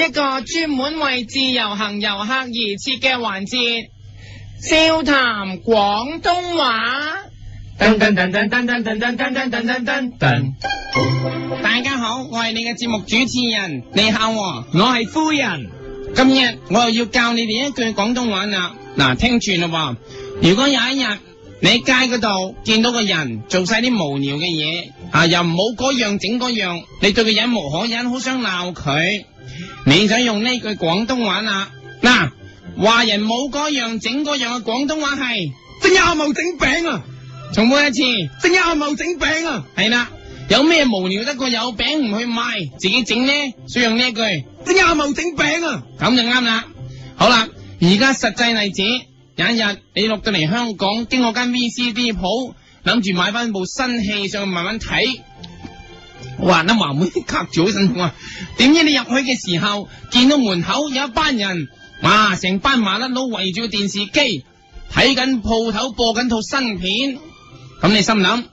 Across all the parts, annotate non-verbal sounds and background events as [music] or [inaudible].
一個專門為自由行遊客而設嘅環節，笑談廣東話。噔噔噔噔噔噔噔噔噔噔噔噔噔，大家好，我係你嘅節目主持人，你好喎、我係夫人。今日我又要教你哋一句廣東話啦。嗱，聽住啦喎，如果有一日你喺街嗰度見到個人做晒啲無聊嘅嘢，啊又唔好嗰樣整嗰樣，你對佢忍無可忍，好想鬧佢，你想用呢句廣東話啦。嗱，話人冇嗰樣整嗰樣嘅廣東話係，正日阿茂整餅啊！重複一次。正日阿茂整餅啊！係啦，有咩無聊得過有餅唔去賣，自己整呢？所以用呢一句，正日阿茂整餅啊！咁就啱啦。好啦，而家實際例子，有一日你落到嚟香港，經過間 VCD 鋪，諗住買翻部新戲上去慢慢睇。哇！阿華妹隔住好身痛啊！點知你入去嘅時候，見到門口有一班人，哇！成班麻甩佬圍住個電視機睇緊鋪頭播緊套新片，咁你心諗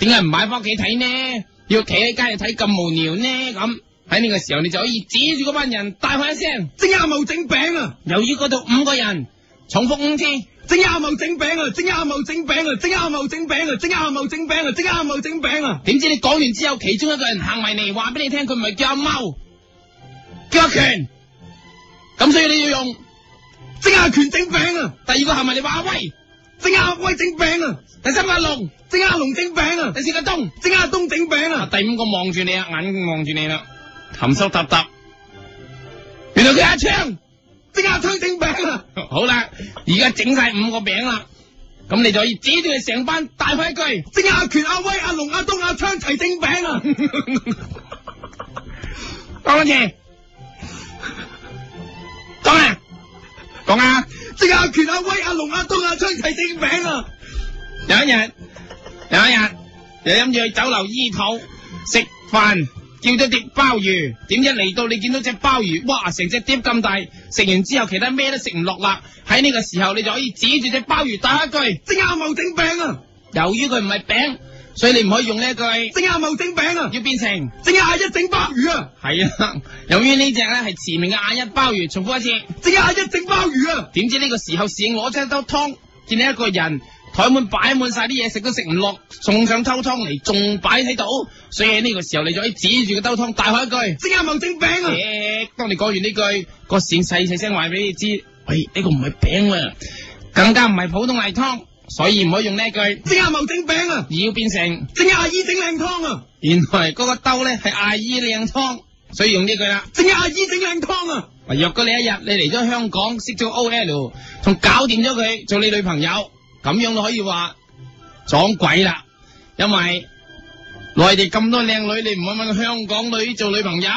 點解唔買翻屋企睇呢？要企喺街度睇咁無聊呢？咁喺呢個時候，你就可以指住嗰班人大喝一聲。正日阿茂整餅啊！由於嗰度五個人，重複五次。正日阿茂整餅啊！正日阿茂整餅啊！正日阿茂整餅啊！正日阿茂整餅啊！正日阿茂整餅啊！點知你講完之後，其中一個人行埋嚟，話俾你聽，佢唔係叫阿貓，叫阿權。咁所以你要用正日阿權整餅啊！第二個行埋嚟話阿威，正日阿威整餅啊！第三個阿龍，正日阿龍整餅啊！第四個東，正日阿東整餅啊啊！第五個望住你啊，眼望住你啦，含羞答答。原來佢阿昌。正日阿昌整餅啊！好啦，而家整晒五個餅啦，咁你就可以指住佢成班大翻一句，正日阿權、阿威、阿龍、阿東、阿昌齊整餅啊！講乜嘢？講啊，講啊！正日阿權、阿威、阿龍、阿東、阿昌齊整餅啊！有一日，有一日，又諗住去酒樓醫肚食飯，叫咗碟鮑魚，點知嚟到你見到隻鮑魚，哇，成隻碟咁大，食完之後其他咩都食唔落啦。喺呢個時候，你就可以指住隻鮑魚打一句。正日阿茂整餅啊！由於佢唔係餅，所以你唔可以用呢一句，正日阿茂整餅啊！要變成。正日阿一整鮑魚啊！系啊，由於呢隻咧係前面嘅阿一鮑魚，重複一次。正日阿一整鮑魚啊！點知呢個時候侍應攞出一兜湯，見你一個人台滿擺滿晒啲嘢食都食唔落，送上兜湯嚟，仲擺喺度。所以呢個時候你就可以指住個兜湯大喝一句。正日阿茂整餅啊！耶！當你講完呢句，個線細細聲話俾你知，喂，呢個唔係餅啊，更加唔係普通例湯，所以唔可以用呢一句，而正日阿茂整餅啊！要變成正日阿姨整靚湯啊！原來嗰個兜咧係阿姨靚湯，所以用呢句啦。正日阿姨整靚湯啊！嗱若果你一日你嚟咗香港，識咗 OL，仲搞掂咗佢做你女朋友，咁樣都可以話撞鬼啦。因為內地咁多靚女，你唔揾揾個香港女做女朋友，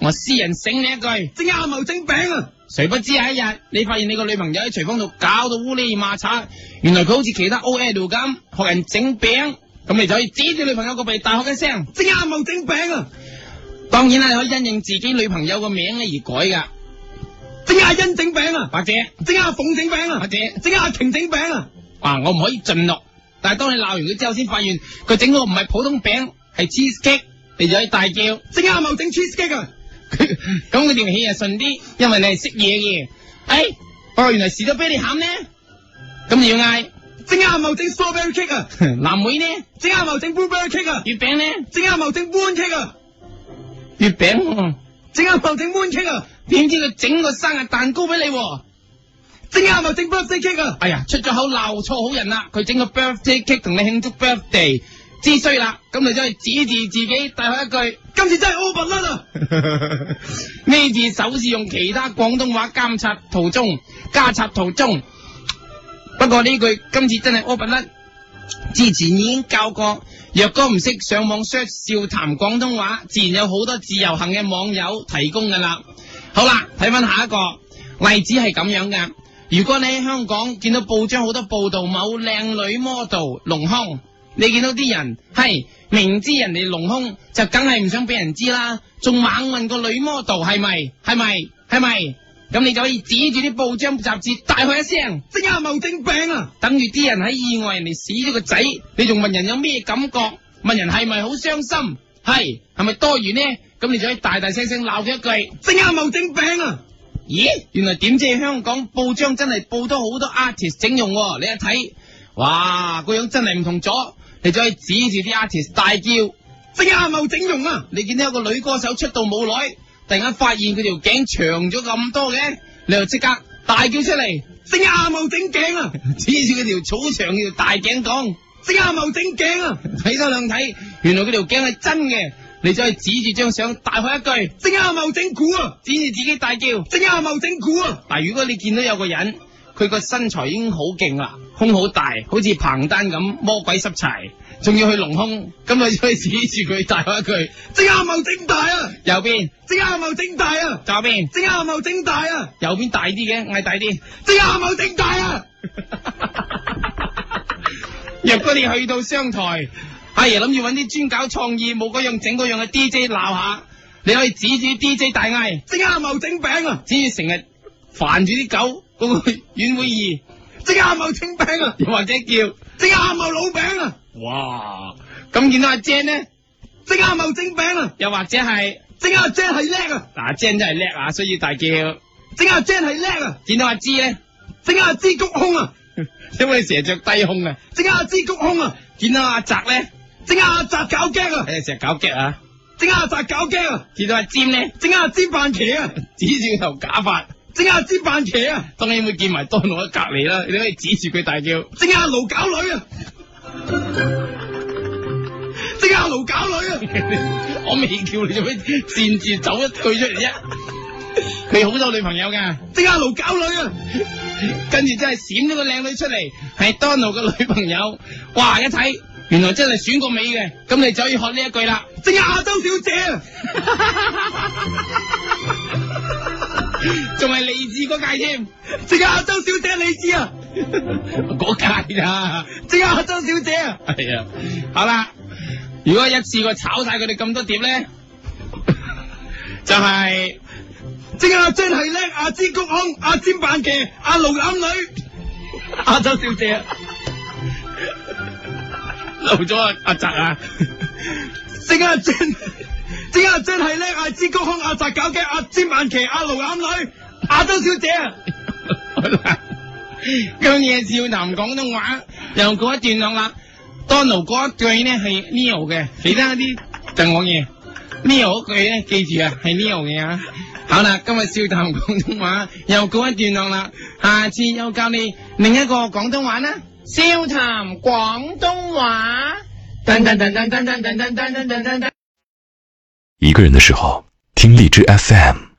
我私人醒你一句，正日阿茂整餅啊！誰不知有一日你發現你個女朋友喺廚房度搞到烏哩馬擦，原來佢好似其他 OL 咁學人整餅，咁你就可以指住女朋友個鼻大喝一聲。正日阿茂整餅啊！當然啦，你可以因應自己女朋友個名咧而改噶，正日阿欣整餅啊！或者正日阿鳳整餅或啊！者。正日阿瓊整餅啊！啊，我唔可以盡落。但係當你鬧完佢之後，先發現佢整個唔係普通餅，係 cheese cake，你就可以大叫。 [laughs] 咁正日阿茂整 cheesecake 啊！佢條氣啊順啲，因為你係識嘢嘅。哎，哦，原來士多啤梨餡呢？咁就要嗌 [laughs] 正日阿茂整 strawberry cake 啊！藍莓呢？正日阿茂整 blueberry cake 啊！月餅呢？正日阿茂整 moon cake 啊！月餅喎正日阿茂整 moon cake 啊！點知佢整個生日蛋糕俾你喎？正日阿茂整 birthday cake 啊！哎呀，出咗口鬧錯好人啦！佢整個 birthday cake 同你慶祝 birthday，知衰啦！咁你就可以指住自己大喝一句。今次真係 over 啦啊！ [laughs] 呢字手是用其他廣東話監察途中加插途中，不過呢句今次真係屙不甩。之前已經教過，若果唔識上網 search 笑談廣東話，自然有好多自由行嘅網友提供噶啦。好啦，睇翻下一個例子係咁樣嘅。如果你喺香港見到報章好多報道某靚女 model 隆胸，你見到啲人係明知人哋隆胸，就梗係唔想俾人知啦，仲猛問個女 model 係咪係咪係咪，咁你就可以指住啲報章雜誌大喝一聲。正日阿茂整餅啊！等於啲人喺意外人哋死咗個仔，你仲問人有咩感覺？問人係咪好傷心？係係咪多餘呢？咁你就可以大大聲聲鬧佢一句。整下冇整餅啊！咦，原來點知香港報章真係報多好多 artist 整容喎、你一睇，哇，個樣真係唔同咗，你就可以指住啲 artist 大叫。整下冇整容啊！你見到有個女歌手出道冇耐，突然間發現佢條頸長咗咁多嘅，你就即刻大叫出嚟，整下冇整頸啊！指住佢條草長條大頸講，整下冇整頸啊！睇多兩睇，原來佢條頸係真嘅，你就可以指住張相大喝一句，整下冇整蠱啊！指住自己大叫。整下冇整蠱啊！嗱，如果你見到有個人，佢個身材已經好勁啦，胸好大，好似彭丹咁魔鬼濕柴，仲要去隆胸，咁你就可以指住佢大喝一句，整下冇整大啊！右邊，整下冇整大啊！左邊，整下冇整大啊！右邊大啲嘅，嗌大啲。 [laughs] 整下冇整大啊！若果你去到商台，阿爺諗住揾啲專搞創意冇嗰樣整嗰樣嘅 DJ 鬧下，你可以指住 DJ 大嗌，整下冇整餅啊！指住成日煩住啲狗嗰個 [laughs] 院會議，整下冇整餅啊！又或者叫整下冇老餅啊！哇，咁見到阿 Jane 咧，整下冇整餅啊！又或者係整下 Jan 係叻啊！嗱阿 Jane 真係叻啊，所以大叫；整下 Jan 係叻啊！見到阿芝咧，整下支谷胸啊！ [laughs] 因為你成日着低胸啊；整下支谷胸啊！見到阿澤咧，整下扎搞驚啊！誒成日搞激啊；整下扎搞驚啊！見到阿尖咧，整下支扮騎啊！ [laughs] 指住頭假髮。整下支扮騎啊！當然會見埋多奴喺隔離啦，你可以指住佢大叫， [laughs] 整下勞搞女啊！整下勞搞女啊！我未叫你做咩擅自走一句出嚟啫？佢好多女朋友噶，整下勞搞女啊！跟住真係閃咗個靚女出嚟，係 Donald 嘅女朋友。哇！一睇原來真係選過美嘅，咁你就可以學呢一句啦。整下亞洲小姐啊！仲係嚟自嗰屆添， [laughs] 整下亞洲小姐你知啊！嗰屆咋？整下亞洲小姐啊！係啊，好啦，如果一次過炒晒佢哋咁多碟咧，就係、整下真係叻，阿支谷胸，阿尖扮騎，阿勞搞女，亞洲小姐啊！ [laughs] 漏咗阿阿澤啊！整下真， [laughs] 整下真係叻，阿支谷胸，阿扎搞嘅，阿尖扮騎，阿勞搞女，亞洲小姐啊！好啦， [laughs] 今夜笑談廣東話又過一段落啦。Donald 嗰一句呢係 Neo 嘅，其他啲就我嘅。Neo 嗰句咧，記住啊，係 Neo 嘅啊。好啦，今日笑談廣東話又告一段落啦，下次又教你另一個廣東話啦。笑談廣東話。噔噔噔噔噔噔噔噔噔噔噔噔。一个人的时候，听荔枝 FM。